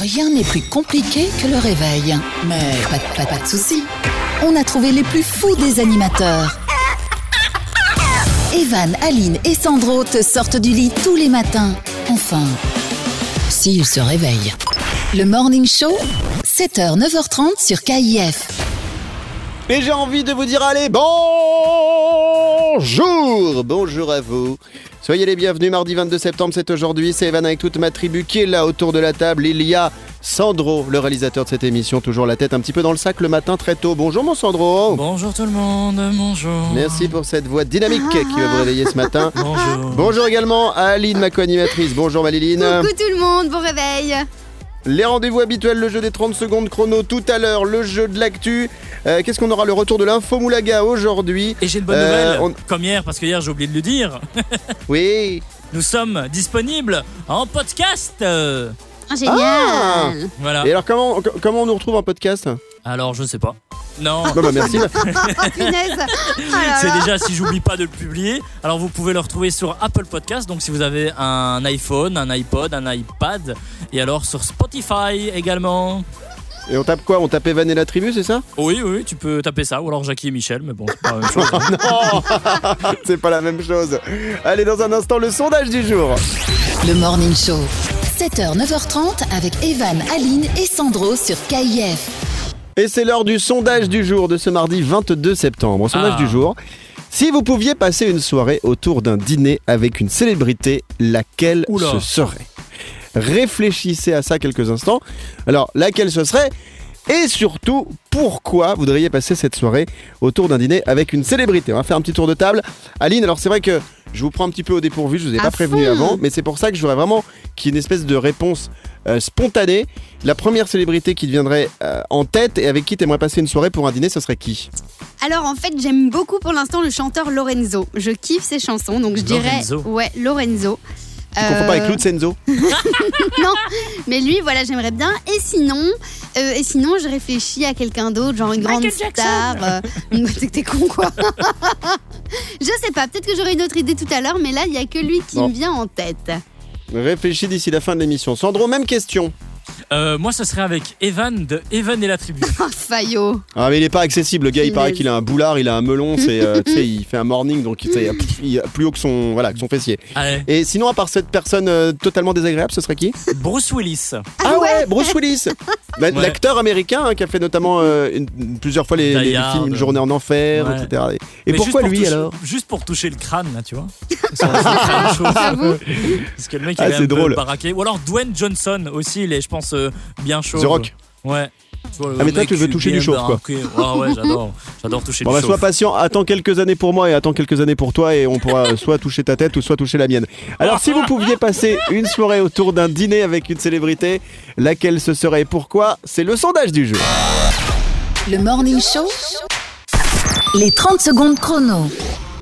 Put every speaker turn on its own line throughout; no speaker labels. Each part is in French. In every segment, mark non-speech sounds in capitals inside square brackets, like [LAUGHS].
Rien n'est plus compliqué que le réveil. Mais pas, de- pas- pas de soucis. On a trouvé les plus fous des animateurs. Evan, Aline et Sandro te sortent du lit tous les matins. Enfin, s'ils se réveillent. Le Morning Show, 7h, 9h30 sur KIF.
Et j'ai envie de vous dire allez, bonjour Bonjour à vous Soyez les bienvenus, mardi 22 septembre, c'est aujourd'hui, c'est Evan avec toute ma tribu qui est là autour de la table. Il y a Sandro, le réalisateur de cette émission, toujours la tête un petit peu dans le sac le matin très tôt. Bonjour mon Sandro
Bonjour tout le monde, bonjour.
Merci pour cette voix dynamique qui va vous réveiller ce matin.
Bonjour.
Bonjour également à Aline, ma co-animatrice. Bonjour Maliline.
Coucou tout le monde, bon réveil
Les rendez-vous habituels, le jeu des 30 secondes chrono tout à l'heure, le jeu de l'actu. Euh, Qu'est-ce qu'on aura le retour de l'info Moulaga aujourd'hui
Et j'ai une bonne
Euh, on-
nouvelle, comme hier, parce que hier j'ai oublié de le dire.
Oui
Nous sommes disponibles en podcast. euh,
Génial
Ah
voilà.
Et alors, comment, co- comment on nous retrouve en podcast
Alors je sais pas. Non.
Bah, bah, merci.
Oh punaise [LAUGHS] Ah là
C'est
là.
déjà si j'oublie pas de le publier. Alors vous pouvez le retrouver sur Apple Podcast, donc si vous avez un iPhone, un iPod, un iPad, et alors sur Spotify également.
Et on tape quoi On tape Evan et la tribu, c'est ça
Oui, oui, tu peux taper ça, ou alors Jackie et Michel, mais bon, c'est pas la même chose.
[LAUGHS]
hein.
[LAUGHS] C'est pas la même chose. Allez, dans un instant, le sondage du jour.
Le Morning Show, 7h, 9h30 avec Evan, Aline et Sandro sur KIF.
Et c'est l'heure du sondage du jour de ce mardi 22 septembre. Sondage
Ah.
du jour. Si vous pouviez passer une soirée autour d'un dîner avec une célébrité, laquelle
Oula.
ce serait Réfléchissez à ça quelques instants. Alors, laquelle ce serait et surtout, pourquoi voudriez passer cette soirée autour d'un dîner avec une célébrité On va faire un petit tour de table. Aline, alors c'est vrai que je vous prends un petit peu au dépourvu, je vous ai
À
pas prévenu
fond.
avant, mais c'est pour ça que je voudrais vraiment qu'il y ait une espèce de réponse euh, spontanée. La première célébrité qui te viendrait euh, en tête et avec qui t'aimerais passer une soirée pour un dîner, ce serait qui
Alors en fait, j'aime beaucoup pour l'instant le chanteur Lorenzo. Je kiffe ses chansons, donc je dirais.
Lorenzo.
Ouais, Lorenzo. Euh,
Tu confonds pas avec Claude Senzo
Mais lui, voilà, j'aimerais bien. Et sinon, euh, et sinon, je réfléchis à quelqu'un d'autre, genre une grande star. euh, T'es t'es con
[LAUGHS]
quoi Je sais pas, peut-être que j'aurai une autre idée tout à l'heure, mais là, il y a que lui qui
Bon.
me vient en tête.
Réfléchis d'ici la fin de l'émission. Sandro, même question.
Euh, moi, ce serait avec Evan de Evan et
[LAUGHS]
la tribu.
Oh, Fayot
Ah mais il est pas accessible le gars, il paraît
Punaise.
qu'il a un boulard, il a un melon, c'est
[LAUGHS]
euh, tu sais, il fait un morning donc il est plus haut que son voilà, que son fessier.
Allez.
Et sinon à part cette personne euh, totalement désagréable, ce serait qui
Bruce Willis.
Ah, ouais, Bruce [LAUGHS] Willis, La-
Ouais.
l'acteur américain hein, qui a fait notamment euh, une- plusieurs fois les,
Die
les
Hard.
films Une journée en enfer,
Ouais.
etc. Et
Mais
pourquoi
juste pour
lui
toucher-
alors
Juste pour toucher le crâne, là, tu vois. Ça, c'est la même chose.
J'avoue.
Parce que le mec,
Ah,
il est,
c'est
un peu
drôle.
baraqué. Ou alors Dwayne Johnson aussi, il est, je pense, euh, bien chaud.
The Rock.
Ouais. Tu vois, le
Ah, mais toi,
mec
tu veux toucher
bien
du chauve, quoi.
baraqué. Ah ouais, j'adore. J'adore toucher
Bon
du
bah
chauve.
sois patient, attends quelques années pour moi et attends quelques années pour toi et on pourra euh, soit toucher ta tête ou soit toucher la mienne. Alors si vous pouviez passer une soirée autour d'un dîner avec une célébrité, laquelle ce serait et pourquoi C'est le sondage du jour.
Le Morning Show, les 30 secondes chrono.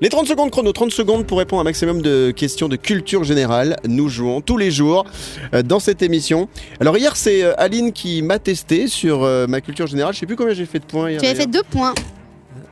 Les 30 secondes chrono, 30 secondes pour répondre à un maximum de questions de culture générale. Nous jouons tous les jours euh, dans cette émission. Alors hier, c'est euh, Aline qui m'a testé sur euh, ma culture générale. Je sais plus combien j'ai fait de points hier.
Tu avais fait
d'ailleurs.
deux points.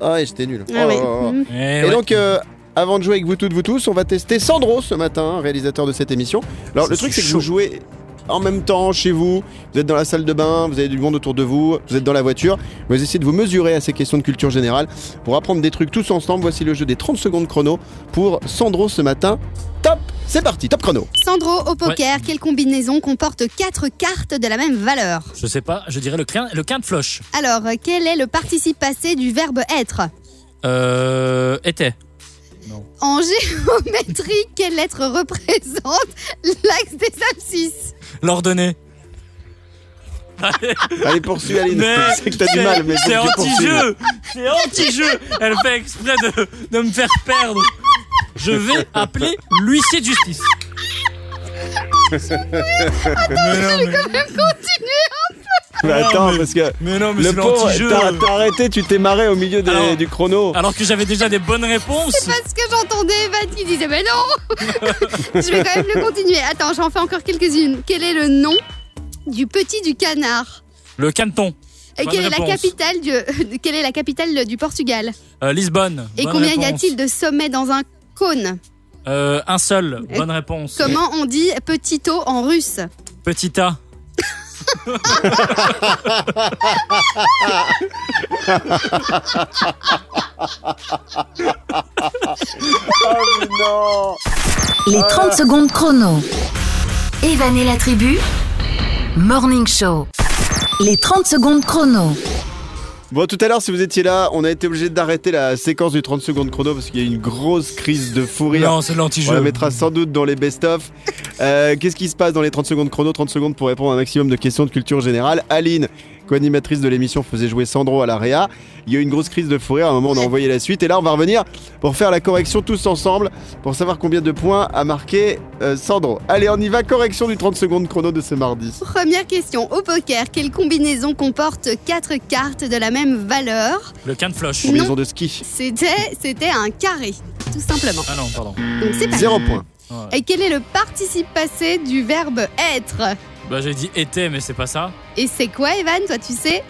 Ah ouais, j'étais nul.
Ah
Oh là
ouais.
là là.
Mm.
Et
Et,
Eh ouais.
donc, euh, avant de jouer avec vous toutes, vous tous, on va tester Sandro ce matin, réalisateur de cette émission. Alors
Je
le truc,
suis
c'est que vous
chaud.
jouez en même temps chez vous. Vous êtes dans la salle de bain, vous avez du monde autour de vous, vous êtes dans la voiture. Vous essayez de vous mesurer à ces questions de culture générale pour apprendre des trucs tous ensemble. Voici le jeu des 30 secondes chrono pour Sandro ce matin. Top C'est parti, top chrono
Sandro, au poker, quelle combinaison comporte quatre cartes de la même valeur
Je sais pas, je dirais le, clin, le quinte floche.
Alors, quel est le participe passé du verbe être
Euh, était.
En géométrie, [LAUGHS] quelle lettre représente l'axe des abscisses
[LAUGHS]
L'ordonnée.
Allez, poursuis Aline.
Mais-
Je sais que t'as du mal, mais faut
C'est
que tu poursuives.
anti-jeu C'est anti-jeu Elle fait exprès de, de me faire perdre. Je vais appeler l'huissier de justice. mais, non, mais,
Mais attends,
Non, mais-
parce que
mais non, mais
le
c'est
pauvre,
l'anti-jeu.
t'as t'as arrêté, tu t'es marré au milieu des-
Alors-
du chrono.
Alors que j'avais déjà des bonnes réponses.
Parce que j'entendais Evan qui disait Mais non [LAUGHS] Je vais quand même le continuer. Attends, j'en fais encore quelques-unes. Quel est le nom du petit du canard
Le canton.
Et
Bonne
quelle est, la
réponse.
capitale du, [LAUGHS] quelle est la capitale du Portugal
Euh, Lisbonne.
Et
Bonne
combien y
réponse.
a-t-il de sommets dans un cône
Euh, Un seul. Bonne réponse.
Comment on dit petit o en russe
Petit A.
mais Oh non
Les 30 secondes chrono.
Evan et la tribu,
Morning Show. Les 30 secondes chrono.
Bon, tout à l'heure, si vous étiez là, on a été obligé d'arrêter la séquence du 30 secondes chrono parce qu'il y a eu une grosse crise de fou rire.
Non, c'est de
On la
l'anti-jeu.
mettra sans doute dans les best-of. Euh, Qu'est-ce qui se passe dans les 30 secondes chrono 30 secondes pour répondre à un maximum de questions de culture générale. Aline, co-animatrice de l'émission, faisait jouer Sandro à la réa. Il y a eu une grosse crise de fou rire. À un moment, on a envoyé la suite. Et là, on va revenir pour faire la correction tous ensemble pour savoir combien de points a marqué euh, Sandro. Allez, on y va. Correction du 30 secondes chrono de ce mardi.
Première question. Au poker, quelle combinaison comporte quatre cartes de la même valeur
Le can de floche.
Combinaison de ski.
C'était c'était un carré, tout simplement.
Ah non, pardon.
Donc c'est pas
Zéro point.
Ouais.
Et quel est le participe passé du verbe être
Bah, j'ai dit été, mais c'est pas ça.
Et c'est quoi, Evan Toi, tu sais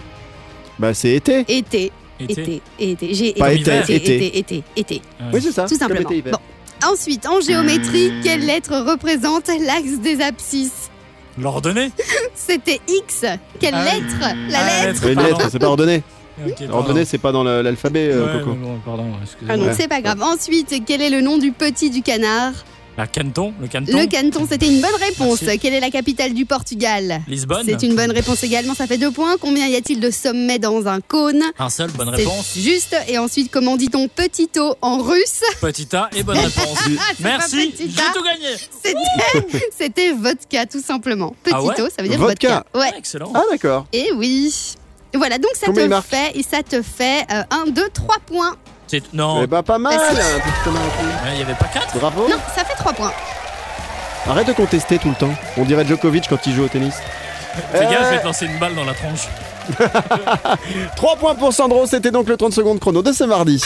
Bah, c'est été.
Été.
Été. Euh,
Été. Été. J'ai
Pas
été.
été,
Été.
été.
Été. Été. Été.
Oui, c'est ça.
Tout
Comme
simplement.
été, hiver.
Bon. Ensuite, en géométrie, quelle lettre représente l'axe des abscisses
L'ordonnée
C'était X. Quelle
Ah oui.
lettre La
Ah, la
lettre.
Une
Pardon.
lettre, c'est pas ordonné.
Ah, Ok, pardon.
Ordonné, c'est pas dans le- l'alphabet, euh,
Ouais,
Coco.
mais bon, pardon,
Ah
excusez-moi.
non,
Ouais.
c'est pas grave. Ensuite, quel est le nom du petit du canard
La canton, le canton.
Le canton, c'était une bonne réponse.
Merci.
Quelle est la capitale du Portugal
Lisbonne.
C'est une bonne réponse également, ça fait deux points. Combien y a-t-il de sommets dans un cône
Un seul, bonne
C'est [LAUGHS]
réponse.
Juste, et ensuite, comment dit-on petit o en russe
Petit A et bonne réponse.
Ah, c'est pas
Merci,
petit
j'ai
A.
tout gagné.
C'était- C'était vodka, tout simplement. Petit
Ah ouais
o, ça veut dire
Vodka.
vodka. Ouais,
Excellent.
Ah, d'accord.
et oui. Voilà, donc ça
Combien il
te
marque
fait, et ça te fait euh, 1, 2, 3 points.
C'est- Non,
Eh bah, pas mal.
Merci.
hein, petit Thomas Racoux.
il n'y avait pas quatre.
Bravo.
Non, ça fait 3 points.
Arrête de contester tout le temps. On dirait Djokovic quand il joue au tennis.
Fais
Eh.
gaffe, je vais te lancer une balle dans la tronche.
3 points pour Sandro, c'était donc le 30 secondes chrono de ce mardi.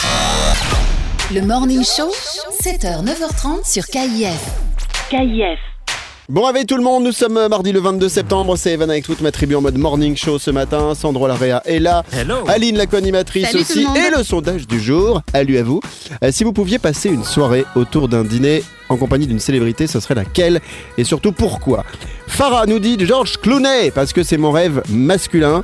Le Morning Show, 7h, 9h30 sur KIF.
KIF.
Bon, avec tout le monde, nous sommes euh, mardi le 22 septembre. C'est Evan avec toute ma tribu en mode morning show ce matin. Sandro Larrea est là.
Hello.
Aline, la co-animatrice
Salut tout
aussi.
le monde.
Et le sondage du jour, à lui à vous. Euh, si vous pouviez passer une soirée autour d'un dîner en compagnie d'une célébrité, ce serait laquelle Et surtout pourquoi Farah nous dit George Clooney, parce que c'est mon rêve masculin.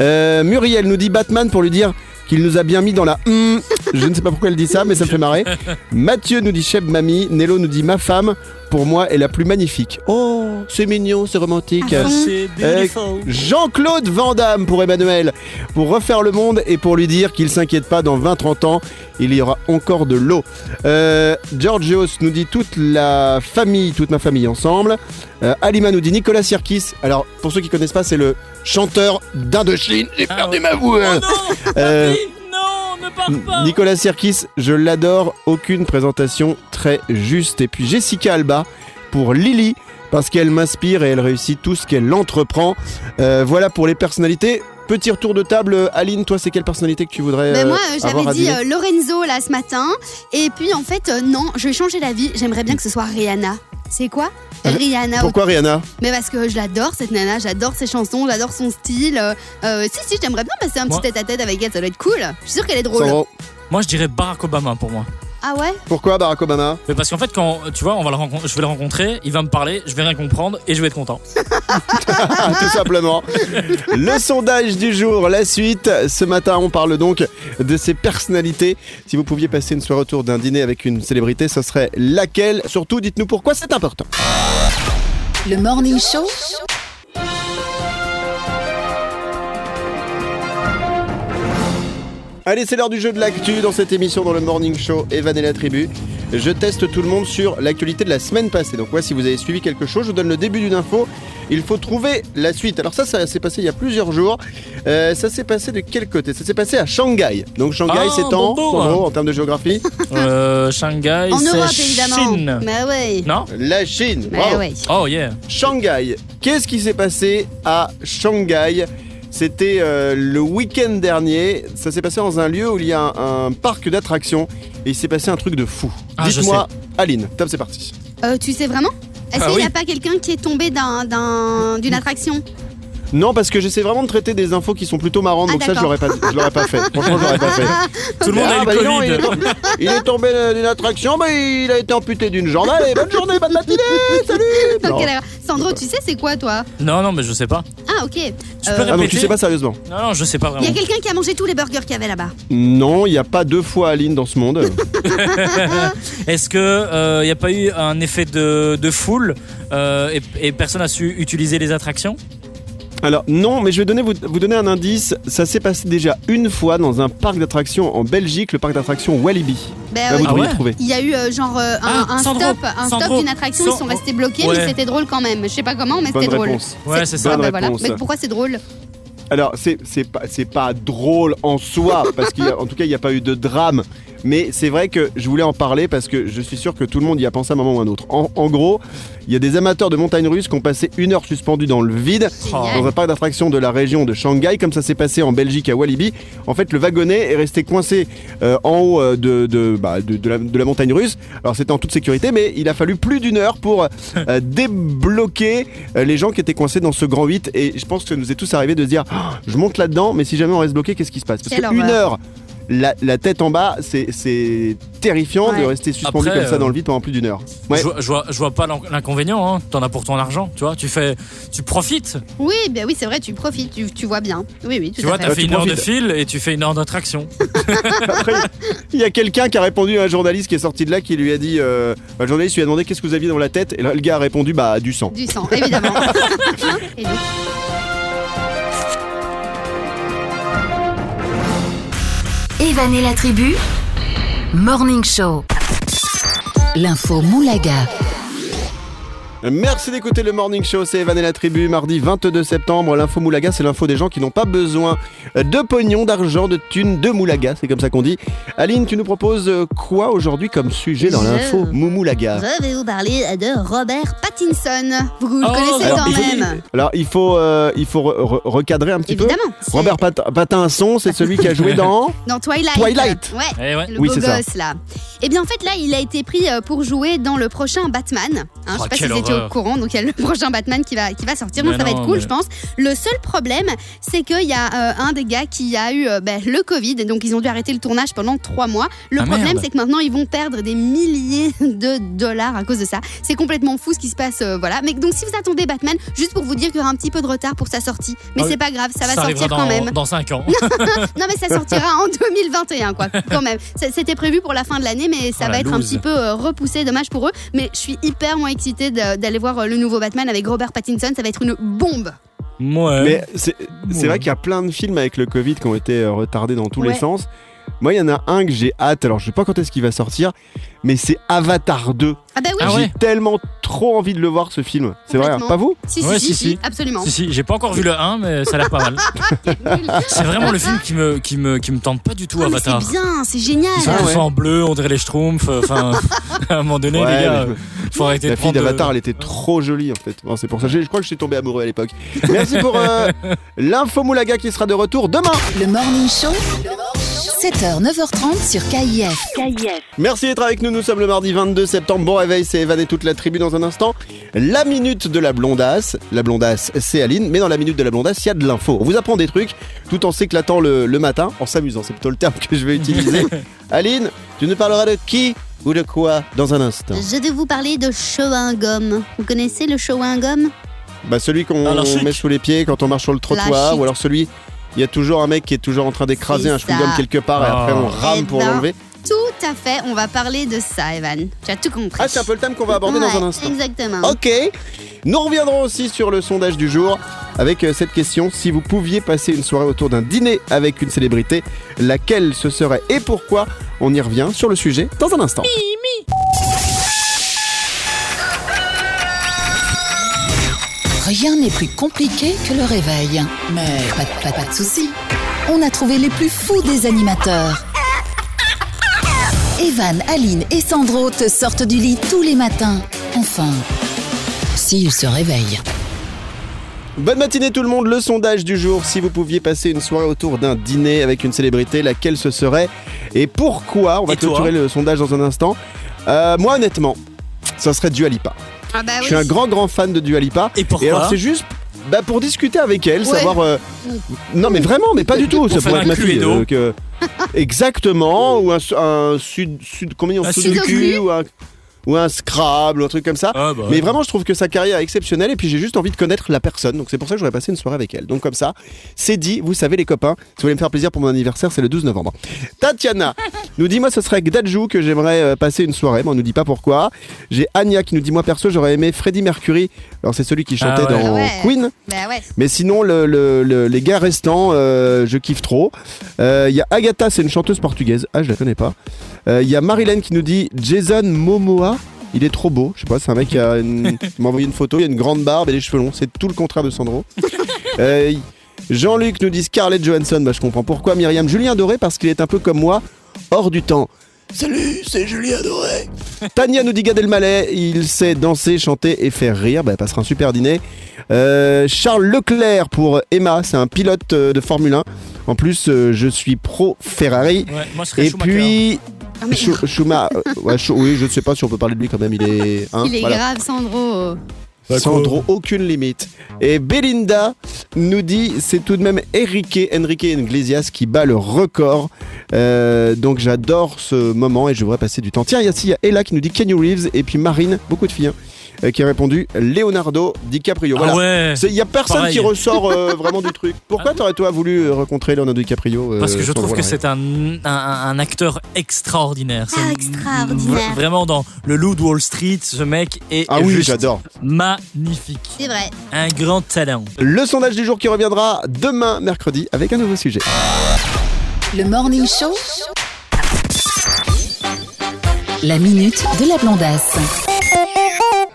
Euh, Muriel nous dit Batman pour lui dire qu'il nous a bien mis dans la hum. Je ne sais pas pourquoi elle dit ça, mais ça me fait marrer. Mathieu nous dit Cheb Mamie. Nello nous dit Ma femme, pour moi, est la plus magnifique. Oh, c'est mignon, c'est romantique.
Ah,
C'est
euh,
beautiful.
Jean-Claude Van Damme pour Emmanuel, pour refaire le monde et pour lui dire qu'il s'inquiète pas, dans 20-30 ans, il y aura encore de l'eau. Euh, Georgios nous dit toute la famille, toute ma famille ensemble. Euh, Alima nous dit Nicolas Sirkis. Alors, pour ceux qui connaissent pas, c'est le chanteur d'Indochine. J'ai
Ah
perdu
ouais.
ma voix.
Oh non
Euh,
Papy, Non, ne pars pas
Nicolas Sirkis, je l'adore, aucune présentation très juste. Et puis Jessica Alba pour Lily, parce qu'elle m'inspire et elle réussit tout ce qu'elle entreprend. Euh, voilà pour les personnalités. Petit retour de table, Aline, toi c'est quelle personnalité que tu voudrais
Ben
euh,
moi,
avoir à
j'avais dit
dîner
euh, Lorenzo là ce matin. Et puis en fait, euh, non, je vais changer d'avis. J'aimerais bien que ce soit Rihanna. C'est quoi
Euh,
Rihanna.
Pourquoi Rihanna
Mais parce que je l'adore cette nana, j'adore ses chansons, j'adore son style. Euh, euh, si, si, j'aimerais bien passer un petit
Moi-
tête à tête avec elle, ça doit être cool. Je suis sûre qu'elle est drôle.
Sandro,
Moi, je dirais Barack Obama pour moi.
Ah ouais
Pourquoi Barack Obama
Mais parce qu'en fait, quand tu vois, on va le rencontrer, je vais le rencontrer, il va me parler, je vais rien comprendre et je vais être
[LAUGHS]
content.
Ah, tout simplement. Le sondage du jour, la suite. Ce matin, on parle donc de ces personnalités. Si vous pouviez passer une soirée autour d'un dîner avec une célébrité, ce serait laquelle Surtout, dites-nous pourquoi c'est important.
Le Morning Show,
Allez, c'est l'heure du jeu de l'actu dans cette émission dans le Morning Show Evan et la tribu. Je teste tout le monde sur l'actualité de la semaine passée. Donc, moi, si vous avez suivi quelque chose, je vous donne le début d'une info. Il faut trouver la suite. Alors, ça, ça s'est passé il y a plusieurs jours. Euh, ça s'est passé de quel côté Ça s'est passé à Shanghai. Donc, Shanghai,
Ah,
c'est en,
bonjour.
Sandro, en termes de géographie,
Euh, Shanghai,
En Europe,
c'est
évidemment.
Chine.
Bah ouais.
Non
la Chine.
Bah
Bravo.
ouais.
Oh yeah.
Shanghai. Qu'est-ce qui s'est passé à Shanghai C'était euh, le week-end dernier. Ça s'est passé dans un lieu où il y a un, un parc d'attractions et il s'est passé un truc de fou.
Ah, je
Dites-moi, Aline, top, c'est parti.
Euh, tu sais vraiment Est-ce
Ah
qu'il n'y
oui.
a pas quelqu'un qui est tombé d'un- d'un- d'une attraction
Non, parce que j'essaie vraiment de traiter des infos qui sont plutôt marrantes,
Ah,
donc ça, je
d'accord.
l'aurais pas, je l'aurais pas fait. Franchement, je l'aurais pas fait.
[LAUGHS]
Tout le monde
Ah,
a eu
bah,
le
dis donc, il, est
Covid.
tombé, il est tombé d'une attraction, mais il a été amputé d'une jambe.
[LAUGHS]
Allez, bonne journée, bonne matinée, salut
Non,
Non.
quelle erreur. Sandro, tu sais c'est quoi toi
Non, non, mais je sais pas.
Ah Ah, ok.
Tu
Euh,
peux
Ah donc tu
répéter
sais pas sérieusement
Non, non, je sais pas
Il y a
vraiment.
quelqu'un qui a mangé tous les burgers qu'il y avait là-bas.
Non, il n'y a pas deux fois Aline dans ce monde.
Est-ce que euh, il n'y a pas eu un effet de, de foule euh, et, et personne a su utiliser les attractions
Alors non, mais je vais donner, vous, vous donner un indice. Ça s'est passé déjà une fois dans un parc d'attractions en Belgique, le parc d'attractions Walibi.
Ben,
Là, vous
oui.
Ah
devriez
ouais
trouver.
Il y a eu euh, genre euh, un,
Ah,
un
Sandro,
stop, un stop
Sandro,
d'une attraction, ils sont
Sandro.
restés bloqués,
Ouais.
mais c'était drôle quand même. Je sais pas comment, mais c'était
Bonne
drôle.
réponse.
Ouais, c'est ça.
Ah,
Bonne
ben voilà.
réponse.
Mais pourquoi c'est drôle
Alors c'est c'est pas c'est pas drôle en soi parce qu'en tout cas il n'y a pas eu de drame. Mais c'est vrai que je voulais en parler parce que je suis sûr que tout le monde y a pensé à un moment ou à un autre. En, en gros, il y a des amateurs de montagnes russes qui ont passé une heure suspendus dans le vide
Génial.
dans un parc d'attractions de la région de Shanghai, comme ça s'est passé en Belgique à Walibi. En fait, le wagonnet est resté coincé euh, en haut euh, de, de, bah, de, de la, de la montagne russe. Alors, c'était en toute sécurité, mais il a fallu plus d'une heure pour euh, débloquer euh, les gens qui étaient coincés dans ce grand 8. Et je pense que ça nous est tous arrivé de se dire Ah, je monte là-dedans, mais si jamais on reste bloqué, qu'est-ce qui se passe Parce
Quelle
qu'une
horreur.
heure. La, la tête en bas, c'est- c'est terrifiant
Ouais.
de rester suspendu
Après,
comme ça
euh,
dans le vide pendant plus d'une
[LAUGHS]
heure. Ouais.
Je, vois- je vois, je vois pas l'en- l'inconvénient. Hein. T'en as pour ton argent, tu vois. Tu fais, tu profites.
Oui, ben oui, c'est vrai, tu profites, tu, tu vois bien. Oui, oui, tout
Tu vois,
à
t'as
fait.
Bah,
fait
tu
une heure de
profites.
fil et tu fais une heure
[LAUGHS]
d'attraction.
Après, [LAUGHS] il y a quelqu'un qui a répondu à un journaliste qui est sorti de là qui lui a dit euh, bah, Le journaliste lui a demandé qu'est-ce que vous aviez dans la tête Et là, le gars a répondu Bah, du sang.
Du sang, évidemment. Et donc,
Evan et la tribu,
Morning Show. L'info Moulaga.
Merci d'écouter le Morning Show, c'est Evan et la Tribu, mardi 22 septembre. L'info Moulaga, c'est l'info des gens qui n'ont pas besoin de pognon, d'argent, de thunes, de Moulaga, c'est comme ça qu'on dit. Aline, tu nous proposes euh, quoi aujourd'hui comme sujet dans
Je-
l'info Moumoulaga
je vais vous parler de Robert Pattinson. Vous, vous
Oh,
le connaissez
alors,
quand
il faut,
même.
alors, il faut, euh, il faut re- re- recadrer un petit
Évidemment.
peu. Robert Pat- Pattinson, c'est celui qui a joué dans.
Dans Twilight.
Twilight.
Ouais.
Eh ouais.
Le
Oui,
beau
c'est ça.
gosse là. Et bien en fait là, il a été pris euh, pour jouer dans le prochain Batman. Hein,
Oh,
je sais pas si
quelle
vous étiez au
horreur.
courant, donc il y a le [LAUGHS] prochain Batman qui va, qui va sortir, donc
Mais
ça va
non,
être cool
mais-
je pense. Le seul problème, c'est qu'il y a euh, un des gars qui a eu euh, ben, le Covid, et donc ils ont dû arrêter le tournage pendant trois mois. Le
Ah,
problème,
merde.
c'est que maintenant ils vont perdre des milliers [LAUGHS] de dollars à cause de ça. C'est complètement fou ce qui se passe, euh, voilà. Mais donc si vous attendez Batman, juste pour vous dire qu'il y aura un petit peu de retard pour sa sortie, mais
Ah oui.
c'est pas grave, ça va
arrivera
sortir
dans,
quand même.
Dans 5 ans.
[LAUGHS] Non, mais ça sortira en 2021, quoi, quand même. Ça- C'était prévu pour la fin de l'année, mais ça
Ah,
Oh,
va
la
être un
loose.
petit peu euh, repoussé. Dommage pour eux. Mais je suis hyper moins excitée de- d'aller voir euh, le nouveau Batman avec Robert Pattinson. Ça va être une bombe.
ouais.
Mais c'est c'est
Ouais.
vrai qu'il y a plein de films avec le Covid qui ont été euh, retardés dans tous les
Ouais.
sens. Moi, il y en a un que j'ai hâte, alors je sais pas quand est-ce qu'il va sortir, mais c'est Avatar 2.
Ah, bah oui,
Ah ouais
J'ai tellement trop envie de le voir ce film. C'est vrai, hein,
Complètement.
pas vous
si, si,
Ouais,
si,
si,
si,
si.
absolument.
Si, si, j'ai pas encore vu le 1, mais ça a l'air pas mal. c'est vraiment le film qui me, qui me, qui me tente pas du tout,
Ah, mais
Avatar.
c'est bien, c'est génial.
Ils sont
Ah
tous
ouais.
en bleu, on dirait les Schtroumpfs. euh, Enfin, [LAUGHS] à un moment donné,
Ouais,
les gars,
mais-
faut arrêter
La
de
fille
prendre de-
d'Avatar, elle était trop jolie en fait. Bon, c'est pour ça, j'ai- je crois que je suis tombé amoureux à l'époque. [LAUGHS] Merci pour euh, l'info Moulaga qui sera de retour demain.
Le Morning Show. 7h, 9h30 sur KIF.
KIF.
Merci d'être avec nous, nous sommes le mardi 22 septembre. Bon réveil, c'est Evan et toute la tribu dans un instant. La minute de la blondasse. La blondasse, c'est Aline, mais dans la minute de la blondasse, il y a de l'info. On vous apprend des trucs tout en s'éclatant le, le matin, en s'amusant, c'est plutôt le terme que je vais
[LAUGHS]
utiliser. Aline, tu nous parleras de qui ou de quoi dans un instant
Je vais vous parler de chewing-gum. Vous connaissez le chewing-gum
Bah celui qu'on
Alors, chic.
met sous les pieds quand on marche sur le trottoir,
chic.
ou alors celui... Il y a toujours un mec qui est toujours en train d'écraser
C'est
un chewing-gum
ça.
quelque part et
Ah.
après on rame
Eh
pour
ben,
l'enlever.
Tout à fait, on va parler de ça, Evan. Tu as tout compris.
Ah, c'est un peu le thème qu'on va aborder
Ouais,
dans un instant.
Exactement.
Ok. Nous reviendrons aussi sur le sondage du jour avec euh, cette question. Si vous pouviez passer une soirée autour d'un dîner avec une célébrité, laquelle ce serait et pourquoi On y revient sur le sujet dans un instant.
Rien n'est plus compliqué que le réveil. Mais pas, de- pas, de- pas de soucis. On a trouvé les plus fous des animateurs. Evan, Aline et Sandro te sortent du lit tous les matins. Enfin, s'ils se réveillent.
Bonne matinée tout le monde. Le sondage du jour. Si vous pouviez passer une soirée autour d'un dîner avec une célébrité, laquelle ce serait et pourquoi On va
Et toi
clôturer le sondage dans un instant. Euh, moi, honnêtement, ça serait Dua Lipa.
Ah bah
Je
oui.
suis un grand grand fan de Dua Lipa.
Et pourquoi
Et alors c'est juste bah, pour discuter avec elle,
Ouais.
savoir. euh, Non mais vraiment, mais pas du tout.
Pour
ça
faire
pourrait être
un
ma fille.
cluedo.
donc,
[LAUGHS]
euh, Exactement. Ou un, su- un sud sud comment on dit,
Un
sud du
sudoku.
cul ou un. ou un Scrabble ou un truc comme ça.
Ah, bah,
Mais
ouais.
vraiment, je trouve que sa carrière est exceptionnelle et puis j'ai juste envie de connaître la personne. Donc c'est pour ça que j'aurais passé une soirée avec elle. Donc comme ça, c'est dit. Vous savez les copains, si vous voulez me faire plaisir pour mon anniversaire, c'est le 12 novembre. Tatiana nous dit moi ce serait avec Dadju que j'aimerais euh, passer une soirée. Mais on nous dit pas pourquoi. J'ai Anya qui nous dit moi perso j'aurais aimé Freddie Mercury. Alors c'est celui qui chantait
Ah ouais.
dans
Ah ouais.
Queen.
Bah ouais.
Mais sinon, le- le- le- les gars restants, euh, je kiffe trop. Euh, Il y a Agatha, c'est une chanteuse portugaise. Ah, je la connais pas. Euh, Il y a Marilyn qui nous dit Jason Momoa. Il est trop beau, je sais pas, c'est un mec qui a une- qui m'a envoyé une photo, il a une grande barbe et des cheveux longs, c'est tout le contraire de Sandro. Euh, Jean-Luc nous dit Scarlett Johansson, bah je comprends pourquoi Myriam Julien Doré parce qu'il est un peu comme moi, hors du temps. Salut, c'est Julien Doré. Tania nous dit Gad Elmaleh, il sait danser, chanter et faire rire, bah, elle passera un super dîner. Euh, Charles Leclerc pour Emma, c'est un pilote euh, de Formule 1. En plus, euh, je suis pro Ferrari.
Ouais, moi, je serais
Et
Schumacher.
puis,
Ah, mais
Schu- Schuma- euh, ouais, Schu- oui, je ne sais pas si on peut parler de lui quand même, il est... hein,
Il est
voilà.
grave, Sandro.
Sandro, aucune limite. Et Belinda nous dit, c'est tout de même Enrique, Enrique Iglesias qui bat le record. Euh, donc j'adore ce moment et je voudrais passer du temps. Tiens, il y a- si, il y a Ella qui nous dit Kenny Reeves et puis Marine, beaucoup de filles, hein, euh, qui a répondu Leonardo DiCaprio. Voilà.
Ah ouais.
C'est- Il n'y a personne
Pareil. Ah.
qui ressort euh, vraiment du truc. Pourquoi t'aurais toi voulu euh, rencontrer Leonardo DiCaprio euh,
Parce que je
sur
trouve que
Wolverine
c'est un, un, un acteur extraordinaire. C'est
Ah, extraordinaire.
v- Vraiment dans le loup de Wall Street, ce mec est
Ah oui,
juste
j'adore.
magnifique.
C'est vrai.
Un grand talent.
Le sondage du jour qui reviendra demain mercredi avec un nouveau sujet.
Le Morning Show. La minute de la blondasse.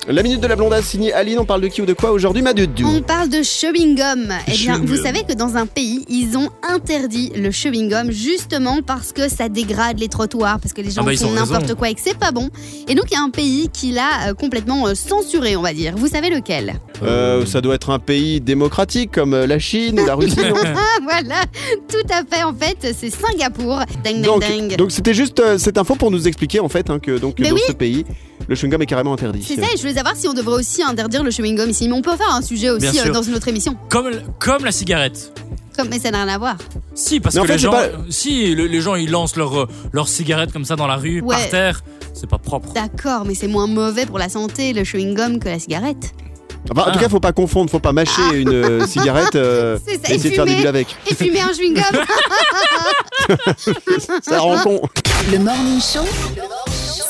La minute de la blondasse signée Aline, on parle de qui ou de quoi aujourd'hui Madu
On parle de chewing gum. Eh bien,
Chewing
vous
gum.
savez que dans un pays, ils ont interdit le chewing gum justement parce que ça dégrade les trottoirs, parce que les gens
bah, ils
font
ont raison.
n'importe quoi et que c'est pas bon. Et donc, il y a un pays qui l'a euh, complètement euh, censuré, on va dire. Vous
[LAUGHS]
savez lequel
Euh, ça doit être un pays démocratique comme euh, la Chine ou la
[LAUGHS]
Russie. non
Ah, voilà, tout à fait. En fait, c'est Singapour. Ding, ding, ding.
donc, donc c'était juste euh, cette info pour nous expliquer en fait hein, que donc
Mais
dans
oui.
ce pays le chewing gum est carrément interdit.
C'est ça, et je voulais savoir si on devrait aussi interdire le chewing gum ici. Mais on peut en faire un sujet
Bien
aussi euh,
sûr.
dans une autre émission.
Comme, l- comme la cigarette.
Comme, mais ça n'a rien à voir.
Si, parce
Mais en
que
fait,
les
c'est
gens,
pas-
si, le- les gens ils lancent leur, euh, leur cigarette comme ça dans la rue,
Ouais.
par terre, c'est pas propre.
D'accord, mais c'est moins mauvais pour la santé le chewing gum que la cigarette.
Enfin, en tout
Ah.
cas faut pas confondre, faut pas mâcher une euh, cigarette euh,
Ah. [LAUGHS] C'est ça,
et essayer de faire des
fumer.
bulles avec.
Et fumer un chewing gum
Ça rend con.
Le Morning Show.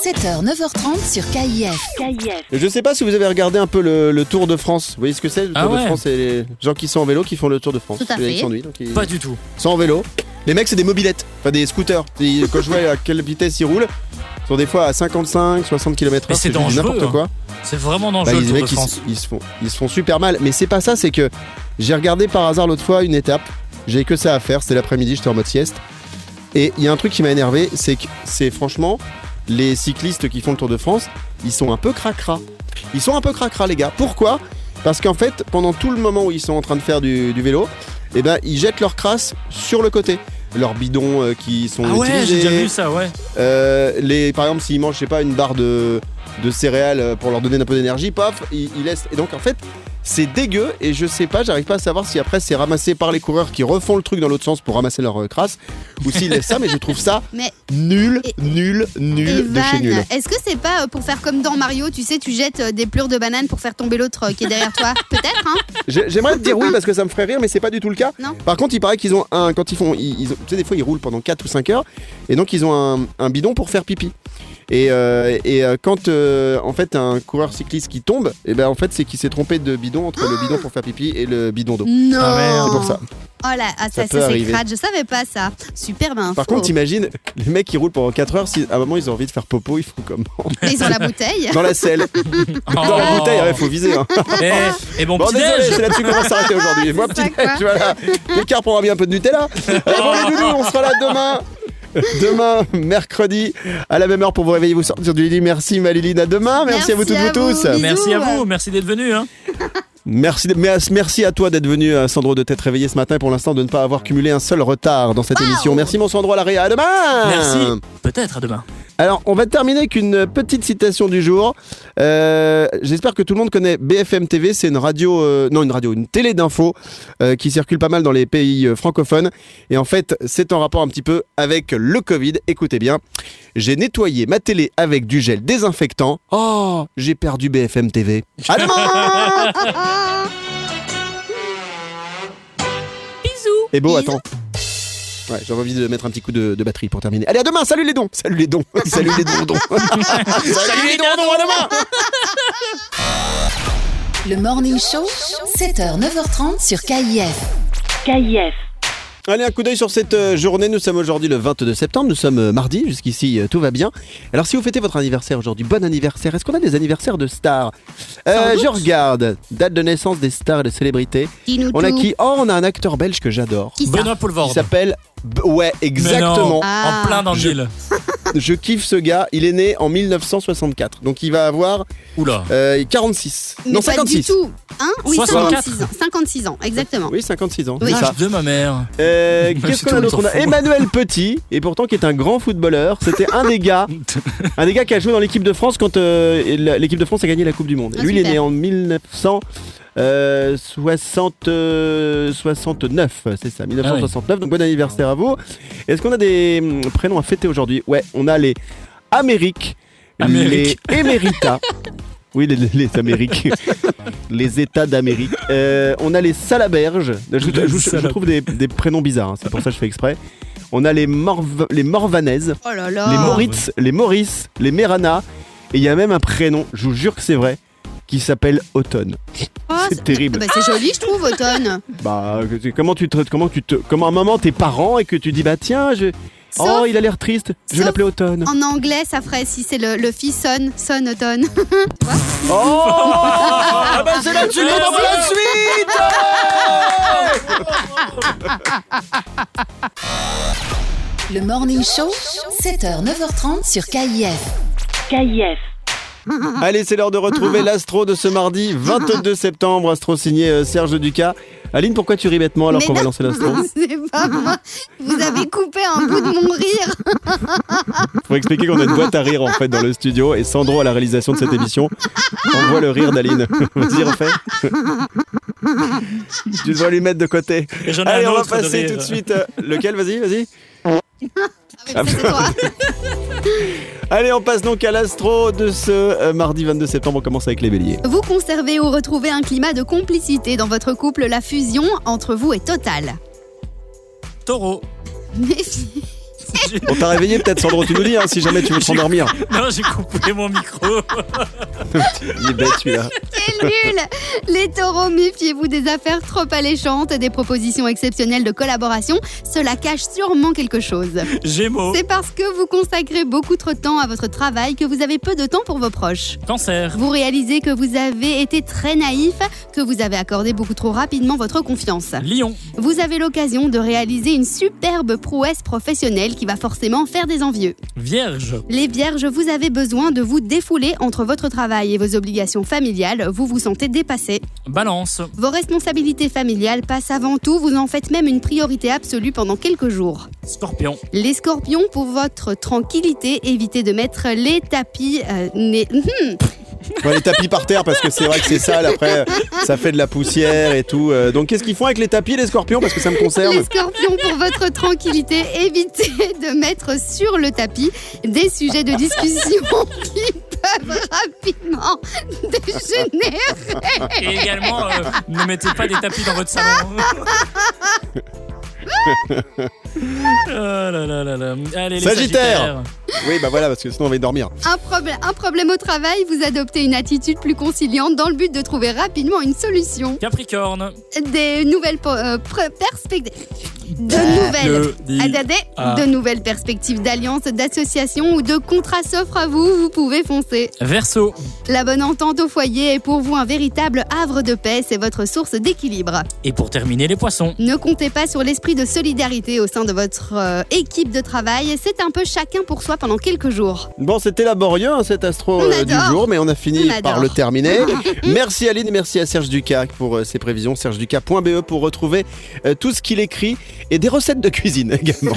7h, 9h30 sur KIF.
Je sais pas si vous avez regardé un peu le, le Tour de France. Vous voyez ce que c'est le Tour
Ah
de
ouais.
France C'est les gens qui sont en vélo qui font le Tour de France.
Tout à
Les mecs
fait.
qui s'ennuient, donc ils-
Pas du tout.
sont en vélo. Les mecs, c'est des mobilettes, enfin des scooters. Ils- Quand je vois à quelle vitesse ils roulent, ils sont des fois à 55, 60 km/h.
Mais c'est dangereux,
N'importe
hein.
quoi.
C'est vraiment
Bah,
dangereux
ils-
le
les
Tour de
mecs, ils,
France.
ils se font, ils se font super mal. Mais c'est pas ça, c'est que j'ai regardé par hasard l'autre fois une étape. J'ai que ça à faire. C'était l'après-midi, j'étais en mode sieste. Et il y a un truc qui m'a énervé, c'est que c'est franchement les cyclistes qui font le Tour de France, ils sont un peu cracra. Ils sont un peu cracra, les gars. Pourquoi Parce qu'en fait, pendant tout le moment où ils sont en train de faire du, du vélo, eh ben, ils jettent leur crasse sur le côté. Leurs bidons euh, qui sont
Ah ouais, j'ai
utilisés,
déjà vu ça, ouais.
euh, les, par exemple, s'ils mangent, je sais pas, une barre de, de céréales euh, pour leur donner un peu d'énergie, paf, ils, ils laissent. Et donc, en fait, c'est dégueu et je sais pas, j'arrive pas à savoir si après c'est ramassé par les coureurs qui refont le truc dans l'autre sens pour ramasser leur euh, crasse ou s'ils laissent ça, mais je trouve ça
[LAUGHS] Mais-
nul,
Et-
nul, nul de chez nul.
Evan, est-ce que c'est pas euh, pour faire comme dans Mario, tu sais, tu jettes euh, des plures de banane pour faire tomber l'autre euh, qui est derrière
[LAUGHS]
toi Peut-être, hein
J'ai- J'aimerais te
[LAUGHS]
dire oui parce que ça me ferait rire, mais c'est pas du tout le cas.
Non.
Par contre, il paraît qu'ils ont un. Quand ils font. Ils, ils ont- tu sais, des fois, ils roulent pendant 4 ou 5 heures et donc ils ont un, un bidon pour faire pipi. Et, euh, et euh, quand euh, en fait un coureur cycliste qui tombe, et ben en fait c'est qu'il s'est trompé de bidon entre le bidon pour faire pipi et le bidon d'eau.
Non
Ah, merde.
C'est pour ça.
Oh là, ah,
Ça
ça,
peut
ça, c'est
arriver.
crade, je savais pas ça. Superbe info.
Par
[LAUGHS]
contre, imagine les mecs qui roulent pendant 4 heures, si à un moment ils ont envie de faire popo, ils font comment
Et ils ont la bouteille.
Dans la selle, dans la
Oh.
bouteille, ouais, faut viser. hein.
Et, et bon,
Bon,
petit
désolé,
déj.
c'est là-dessus qu'on va s'arrêter
[LAUGHS]
aujourd'hui. Moi, petit
ça, quoi. Oh.
déj, voilà. L'écart prendra bien un peu de Nutella. Et bon, les loulous, on sera là demain. Demain, mercredi, à la même heure pour vous réveiller, vous sortir du lit. Merci Malilina. À demain. Merci, à vous toutes,
Merci
vous
à vous.
tous.
Bisous.
Merci à vous, merci d'être venu. Hein.
Merci, de- mais- merci à toi d'être venu, euh, Sandro, de t'être réveillé ce matin et pour l'instant de ne pas avoir cumulé un seul retard dans cette émission. Merci mon Sandro à la réa. À demain.
Merci. Peut-être à demain.
Alors, on va terminer avec une petite citation du jour. Euh, J'espère que tout le monde connaît BFM TV. C'est une radio, euh, non une radio, une télé d'info euh, qui circule pas mal dans les pays euh, francophones. Et en fait, c'est en rapport un petit peu avec le Covid. Écoutez bien, j'ai nettoyé ma télé avec du gel désinfectant. Oh, j'ai perdu BFM TV. À demain
Bisous.
Et beau,
Bisous.
attends. Ouais, j'avais envie de mettre un petit coup de, de batterie pour terminer. Allez, à demain, salut les dons Salut les dons Salut les dons, dons. Salut les dons, dons, à demain
Le Morning Show, 7h, 9h30 sur KIF.
KIF.
Allez, un coup d'œil sur cette euh, journée. Nous sommes aujourd'hui le 22 septembre. Nous sommes euh, mardi. Jusqu'ici, euh, tout va bien. Alors, si vous fêtez votre anniversaire aujourd'hui, bon anniversaire. Est-ce qu'on a des anniversaires de stars Euh, Je regarde. Date de naissance des stars et des célébrités.
Dis-nous
On a
tout.
qui Oh, on a un acteur belge que j'adore.
Qui ça
Benoît Poulvord.
Il s'appelle. B- Ouais,
Mais non,
exactement.
Ah.
En plein dans le
Je-
mille.
Je kiffe ce gars. Il est né en 1964. Donc, il va avoir
Oula.
euh, 46.
Mais
non,
pas
56.
du tout. Hein oui,
64.
56 ans. 56 ans, exactement.
Oui, 56 ans.
Oui.
c'est ça.
L'âge de ma mère.
Euh,
Même
Qu'est-ce
si
qu'on
tout
a
le
d'autre
monde
On
s'en
a
fout.
Emmanuel Petit, et pourtant qui est un grand footballeur. C'était un des gars, [LAUGHS] un des gars qui a joué dans l'équipe de France quand euh, la- l'équipe de France a gagné la Coupe du Monde.
Ah,
Lui, il est
super.
né en euh, 1969, euh, c'est ça, 1969.
Ah
Donc bon anniversaire à vous. Est-ce qu'on a des hum, prénoms à fêter aujourd'hui Ouais, on a les Amériques,
Amérique.
les
[LAUGHS]
Éméritas. Oui, les, les Amériques. les États d'Amérique. Euh, on a les Salaberges. Je, je- je- je
Salab-
trouve des, des prénoms bizarres, hein, c'est pour ça que je fais exprès. On a les, Morv- les Morvanaises,
Oh là là.
les Moritz, les Maurice, les Merana. Et il y a même un prénom, je vous jure que c'est vrai, qui s'appelle Automne.
Oh,
c'est terrible.
bah, c'est joli, je trouve,
[LAUGHS]
automne.
Bah, que tu- comment tu te, comment tu te, comment à un moment t'es parents et que tu dis bah tiens, je,
Sauf-
oh il a l'air triste, je vais
sauf- Ah,
l'appeler Automne.
En anglais, ça ferait si c'est le, le fils sonne, sonne automne.
Oh, ah bah c'est là-dessus qu'on
Merci.
envoie la suite.
Le Morning Show, 7h, 9h30 sur KIF.
KIF.
ah.
Allez, c'est l'heure de retrouver l'astro de ce
[LAUGHS]
mardi 22 septembre. Astro signé euh, Serge Ducas. Aline, pourquoi tu ris bêtement alors
Mais
qu'on va
non.
lancer l'astro
[LAUGHS] c'est pas moi. Vous avez coupé un bout de mon rire.
Faut expliquer qu'on a une boîte à rire en fait dans le studio et Sandro à la réalisation de cette émission. On voit le rire d'Aline. [LAUGHS] Vas-y, refais. tu dois lui mettre de côté.
Et J'en ai
Allez,
un
on va
autre de
passer
rire.
tout de suite. euh, lequel Vas-y, vas-y.
Ah,
[LAUGHS]
mais ça, c'est toi.
Allez, on passe donc à l'astro de ce euh, mardi 22 septembre. On commence avec les béliers.
Vous conservez ou retrouvez un climat de complicité dans votre couple. La fusion entre vous est totale. [LAUGHS]
Taureau.
Méfiez-
On t'a réveillé peut-être, Sandro, tu nous dis hein, si jamais tu veux te rendormir.
Non, j'ai coupé mon micro.
Il est bête celui-là.
Quel nul Les taureaux, méfiez-vous des affaires trop alléchantes et des propositions exceptionnelles de collaboration. Cela cache sûrement quelque chose.
Gémeaux.
C'est parce que vous consacrez beaucoup trop de temps à votre travail que vous avez peu de temps pour vos proches.
Cancer.
Vous réalisez que vous avez été très naïf, que vous avez accordé beaucoup trop rapidement votre confiance.
Lion.
Vous avez l'occasion de réaliser une superbe prouesse professionnelle qui va forcément faire des envieux.
Vierge.
Les vierges, vous avez besoin de vous défouler entre votre travail et vos obligations familiales, vous vous sentez dépassé.
Balance.
Vos responsabilités familiales passent avant tout, vous en faites même une priorité absolue pendant quelques jours.
Scorpion.
Les scorpions, pour votre tranquillité, évitez de mettre les tapis euh, [LAUGHS] nés-
Ouais, les tapis par terre parce que c'est vrai que c'est sale après ça fait de la poussière et tout Euh, donc qu'est-ce qu'ils font avec les tapis les scorpions parce que ça me concerne
Les scorpions, pour votre tranquillité, évitez de mettre sur le tapis des sujets de discussion [LAUGHS] qui peuvent rapidement [LAUGHS] dégénérer.
Et également, euh, ne mettez pas des tapis dans votre salon. Oh là là là là. Allez, les
Sagittaire. oui bah voilà parce que sinon on va y dormir
Un, problème- un problème au travail, vous adoptez une attitude plus conciliante dans le but de trouver rapidement une solution.
Capricorne.
Des nouvelles perspectives. De nouvelles.
Le dit.
Adadé,
Ah.
de nouvelles perspectives d'alliance, d'association ou de contrat s'offrent à vous, vous pouvez foncer.
Verseau.
La bonne entente au foyer est pour vous un véritable havre de paix, c'est votre source d'équilibre.
Et pour terminer, les poissons.
Ne comptez pas sur l'esprit de solidarité au sein de votre euh, équipe de travail, c'est un peu chacun pour soi pendant quelques jours.
Bon, c'était laborieux hein, cet astro
On
euh, du
adore.
jour, mais on a fini
On adore.
par le
[LAUGHS]
terminer. merci Aline, merci à Serge Ducas pour euh, ses prévisions. E [LAUGHS] SergeDucas.be pour retrouver euh, tout ce qu'il écrit et des recettes de cuisine également.